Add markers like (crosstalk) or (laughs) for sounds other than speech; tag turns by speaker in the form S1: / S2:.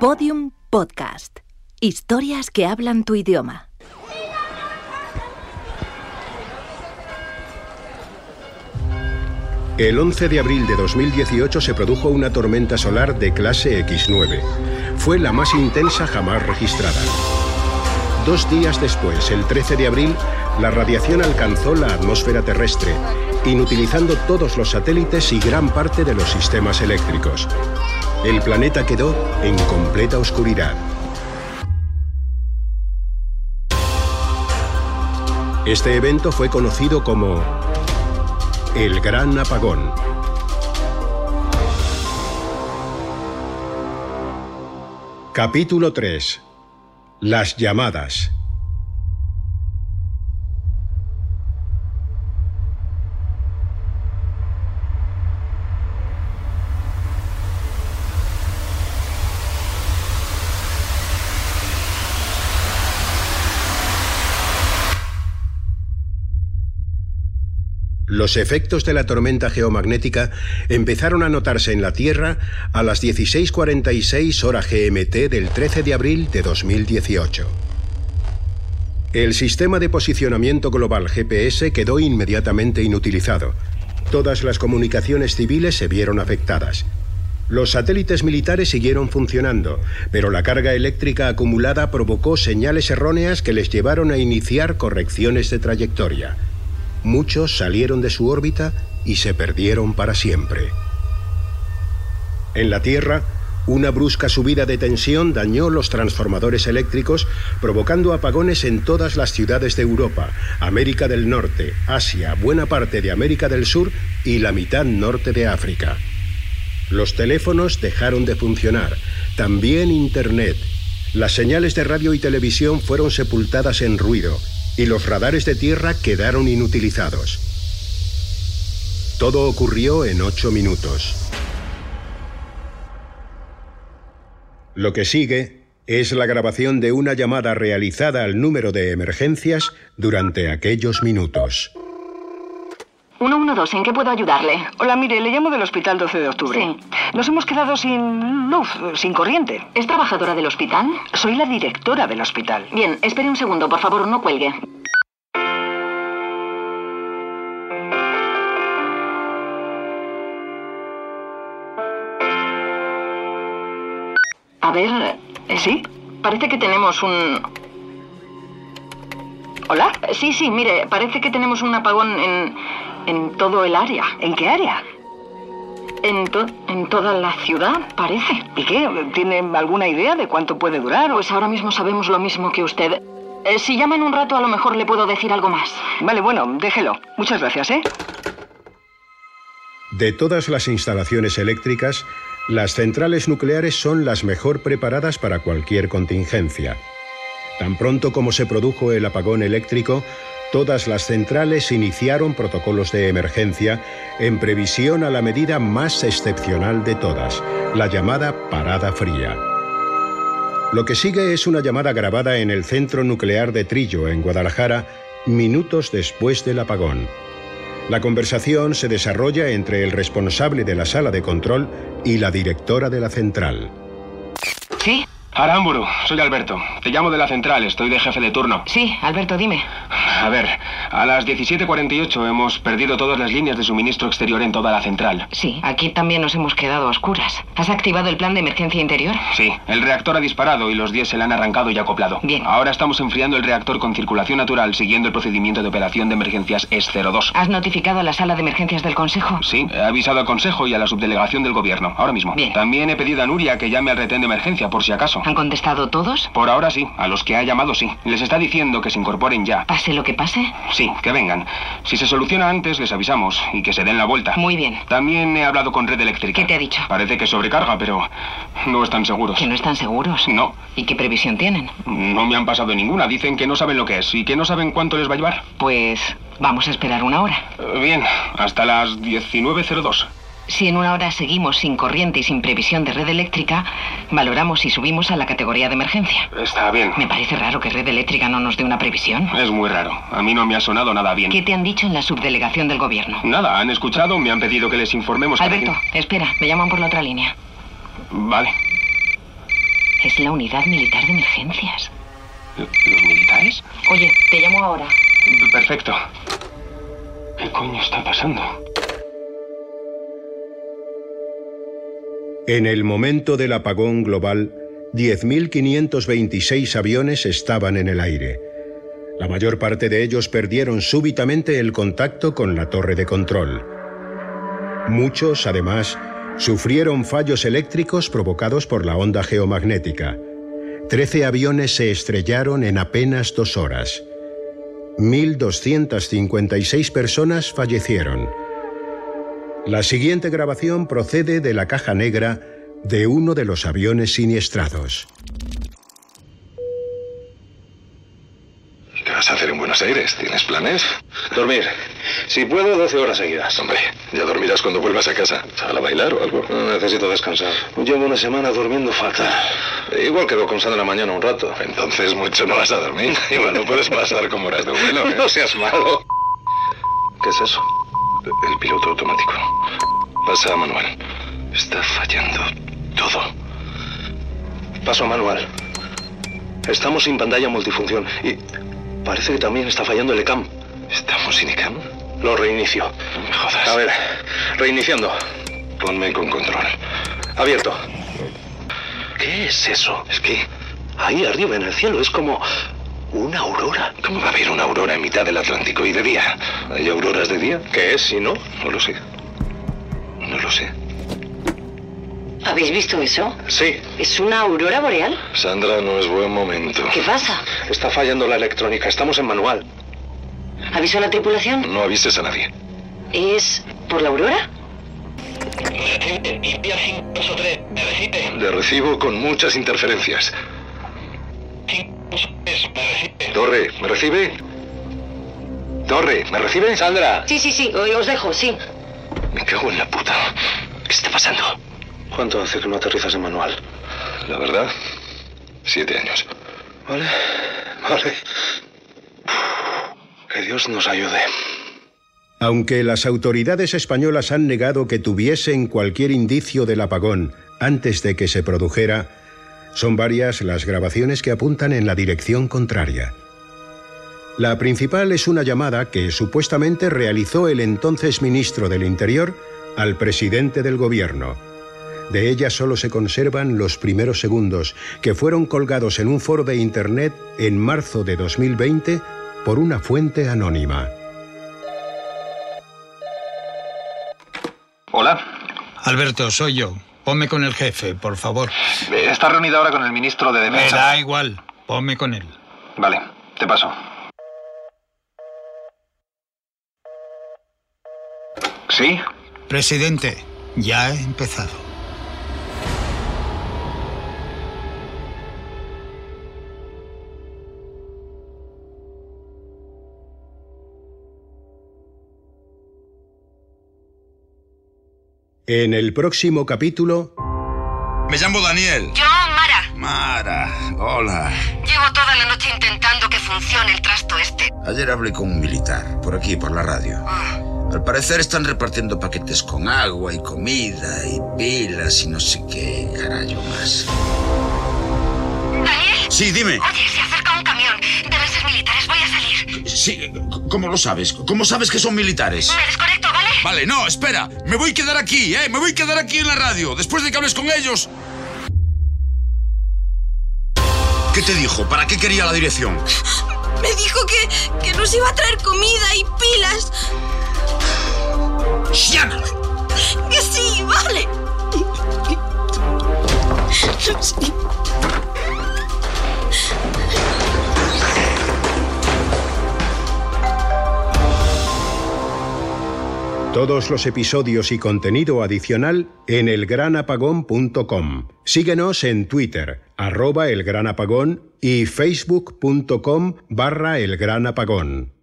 S1: Podium Podcast. Historias que hablan tu idioma.
S2: El 11 de abril de 2018 se produjo una tormenta solar de clase X9. Fue la más intensa jamás registrada. Dos días después, el 13 de abril, la radiación alcanzó la atmósfera terrestre, inutilizando todos los satélites y gran parte de los sistemas eléctricos. El planeta quedó en completa oscuridad. Este evento fue conocido como el Gran Apagón. Capítulo 3. Las llamadas. Los efectos de la tormenta geomagnética empezaron a notarse en la Tierra a las 16:46 hora GMT del 13 de abril de 2018. El sistema de posicionamiento global GPS quedó inmediatamente inutilizado. Todas las comunicaciones civiles se vieron afectadas. Los satélites militares siguieron funcionando, pero la carga eléctrica acumulada provocó señales erróneas que les llevaron a iniciar correcciones de trayectoria muchos salieron de su órbita y se perdieron para siempre. En la Tierra, una brusca subida de tensión dañó los transformadores eléctricos, provocando apagones en todas las ciudades de Europa, América del Norte, Asia, buena parte de América del Sur y la mitad norte de África. Los teléfonos dejaron de funcionar, también Internet. Las señales de radio y televisión fueron sepultadas en ruido, y los radares de tierra quedaron inutilizados. Todo ocurrió en ocho minutos. Lo que sigue es la grabación de una llamada realizada al número de emergencias durante aquellos minutos.
S3: 112, ¿en qué puedo ayudarle?
S4: Hola, mire, le llamo del hospital 12 de octubre.
S3: Sí.
S4: Nos hemos quedado sin luz, sin corriente.
S3: ¿Es trabajadora del hospital?
S4: Soy la directora del hospital.
S3: Bien, espere un segundo, por favor, no cuelgue. A ver, eh,
S4: ¿Sí?
S3: parece que tenemos un...
S4: ¿Hola?
S3: Sí, sí, mire, parece que tenemos un apagón en, en todo el área.
S4: ¿En qué área?
S3: En, to- en toda la ciudad, parece.
S4: ¿Y qué? ¿Tiene alguna idea de cuánto puede durar?
S3: Pues ahora mismo sabemos lo mismo que usted. Eh, si llama en un rato, a lo mejor le puedo decir algo más.
S4: Vale, bueno, déjelo. Muchas gracias, ¿eh?
S2: De todas las instalaciones eléctricas, las centrales nucleares son las mejor preparadas para cualquier contingencia. Tan pronto como se produjo el apagón eléctrico, todas las centrales iniciaron protocolos de emergencia en previsión a la medida más excepcional de todas, la llamada parada fría. Lo que sigue es una llamada grabada en el centro nuclear de Trillo, en Guadalajara, minutos después del apagón. La conversación se desarrolla entre el responsable de la sala de control y la directora de la central.
S3: ¿Sí?
S5: Aramburu, soy Alberto. Te llamo de la central, estoy de jefe de turno.
S3: Sí, Alberto, dime.
S5: A ver, a las 17.48 hemos perdido todas las líneas de suministro exterior en toda la central.
S3: Sí, aquí también nos hemos quedado a oscuras. ¿Has activado el plan de emergencia interior?
S5: Sí, el reactor ha disparado y los 10 se le han arrancado y acoplado.
S3: Bien.
S5: Ahora estamos enfriando el reactor con circulación natural siguiendo el procedimiento de operación de emergencias S02.
S3: ¿Has notificado a la sala de emergencias del Consejo?
S5: Sí, he avisado al Consejo y a la subdelegación del Gobierno, ahora mismo.
S3: Bien. Ah.
S5: También he pedido a Nuria que llame al retén de emergencia por si acaso.
S3: ¿Han contestado todos?
S5: Por ahora sí, a los que ha llamado sí. Les está diciendo que se incorporen ya.
S3: Pase lo que pase.
S5: Sí, que vengan. Si se soluciona antes, les avisamos y que se den la vuelta.
S3: Muy bien.
S5: También he hablado con Red Eléctrica.
S3: ¿Qué te ha dicho?
S5: Parece que sobrecarga, pero no están seguros.
S3: Que no están seguros.
S5: No.
S3: ¿Y qué previsión tienen?
S5: No me han pasado ninguna. Dicen que no saben lo que es y que no saben cuánto les va a llevar.
S3: Pues vamos a esperar una hora.
S5: Eh, Bien, hasta las 19.02.
S3: Si en una hora seguimos sin corriente y sin previsión de red eléctrica, valoramos y subimos a la categoría de emergencia.
S5: Está bien.
S3: Me parece raro que red eléctrica no nos dé una previsión.
S5: Es muy raro. A mí no me ha sonado nada bien.
S3: ¿Qué te han dicho en la subdelegación del gobierno?
S5: Nada, han escuchado, me han pedido que les informemos. cada
S3: Alberto,
S5: quien-
S3: espera, me llaman por la otra línea.
S5: Vale.
S6: es la unidad militar de emergencias.
S7: ¿Los militares?
S6: Oye, te llamo ahora.
S7: Perfecto. ¿Qué coño está pasando?
S2: En el momento del apagón global, 10.526 aviones estaban en el aire. La mayor parte de ellos perdieron súbitamente el contacto con la torre de control. Muchos, además, sufrieron fallos eléctricos provocados por la onda geomagnética. Trece aviones se estrellaron en apenas dos horas. 1.256 personas fallecieron. La siguiente grabación procede de la caja negra de uno de los aviones siniestrados.
S5: ¿Qué vas a hacer en Buenos Aires? ¿Tienes planes?
S8: Dormir. Si puedo, 12 horas seguidas.
S5: Hombre, ya dormirás cuando vuelvas a casa. ¿Sal a bailar o algo?
S8: No, necesito descansar. Llevo una semana durmiendo fatal. Igual quedo cansado en la mañana un rato.
S5: Entonces mucho no vas a
S8: (laughs)
S5: dormir. Igual no puedes pasar como horas de vuelo. ¿eh?
S8: No seas malo. ¿Qué es eso?
S5: El piloto automático. Pasa a manual. Está fallando todo.
S8: Paso a manual. Estamos sin pantalla multifunción y parece que también está fallando el E ECAM.
S5: ¿Estamos sin E ICAM?
S8: Lo reinicio.
S5: No me jodas.
S8: A ver, reiniciando.
S5: Ponme con control.
S8: Abierto.
S5: ¿Qué es eso? Es que,
S8: Ahí arriba en el cielo es como una aurora.
S5: ¿cómo va a haber una aurora en mitad del Atlántico y de día? ¿Hay auroras de día?
S8: ¿Qué es si no?
S5: No lo sé. No lo sé.
S3: ¿Habéis visto eso?
S8: Sí.
S3: ¿Es una aurora boreal?
S5: Sandra, no es buen momento.
S3: ¿Qué pasa?
S8: Está fallando la electrónica. Estamos en manual.
S3: ¿Aviso a la tripulación?
S5: No avises a nadie.
S3: ¿Es por la aurora?
S5: Le recibo con muchas interferencias. Torre, ¿me recibe? Torre, ¿me recibe?
S8: Sandra.
S3: Sí, sí, sí, o- os dejo, sí.
S5: Me cago en la puta. ¿Qué está pasando?
S8: ¿Cuánto hace que no aterrizas en manual?
S5: La verdad, siete años.
S8: Vale. Vale. Que Dios nos ayude.
S2: Aunque las autoridades españolas han negado que tuviesen cualquier indicio del apagón antes de que se produjera, son varias las grabaciones que apuntan en la dirección contraria. La principal es una llamada que supuestamente realizó el entonces ministro del Interior al presidente del gobierno. De ella solo se conservan los primeros segundos, que fueron colgados en un foro de Internet en marzo de 2020 por una fuente anónima.
S7: Hola.
S9: Alberto, soy yo. Ponme con el jefe, por favor.
S7: Eh, Está reunida ahora con el ministro de
S9: Me
S7: Defensa.
S9: da igual. Ponme con él.
S7: Vale, te paso. ¿Sí?
S9: Presidente, ya he empezado.
S2: En el próximo capítulo,
S10: Me llamo Daniel.
S3: Yo, Mara,
S10: Mara, hola.
S3: llevo toda la noche intentando que funcione el trasto este.
S10: Ayer hablé con un militar, por aquí, por la radio.
S3: Ah.
S10: Al parecer están repartiendo paquetes con agua y comida y pilas y no sé qué carajo más.
S3: Daniel, Ah.
S10: Sí, dime.
S3: oye, se acerca un camión. Deben ser militares, voy a salir.
S10: Sí, ¿cómo lo sabes? ¿Cómo sabes que son militares?
S3: Me desconecto, ¿vale?
S10: Vale, no, espera. Me voy a quedar aquí, ¿eh? Me voy a quedar aquí en la radio, después de que hables con ellos. ¿Qué te dijo? ¿Para qué quería la dirección?
S11: Me dijo que, que nos iba a traer comida y pilas.
S10: ¡Shiana!
S11: Que sí, vale. Sí.
S2: todos los episodios y contenido adicional en elgranapagón.com. Síguenos en Twitter, arroba elgranapagón y facebook.com barra elgranapagón.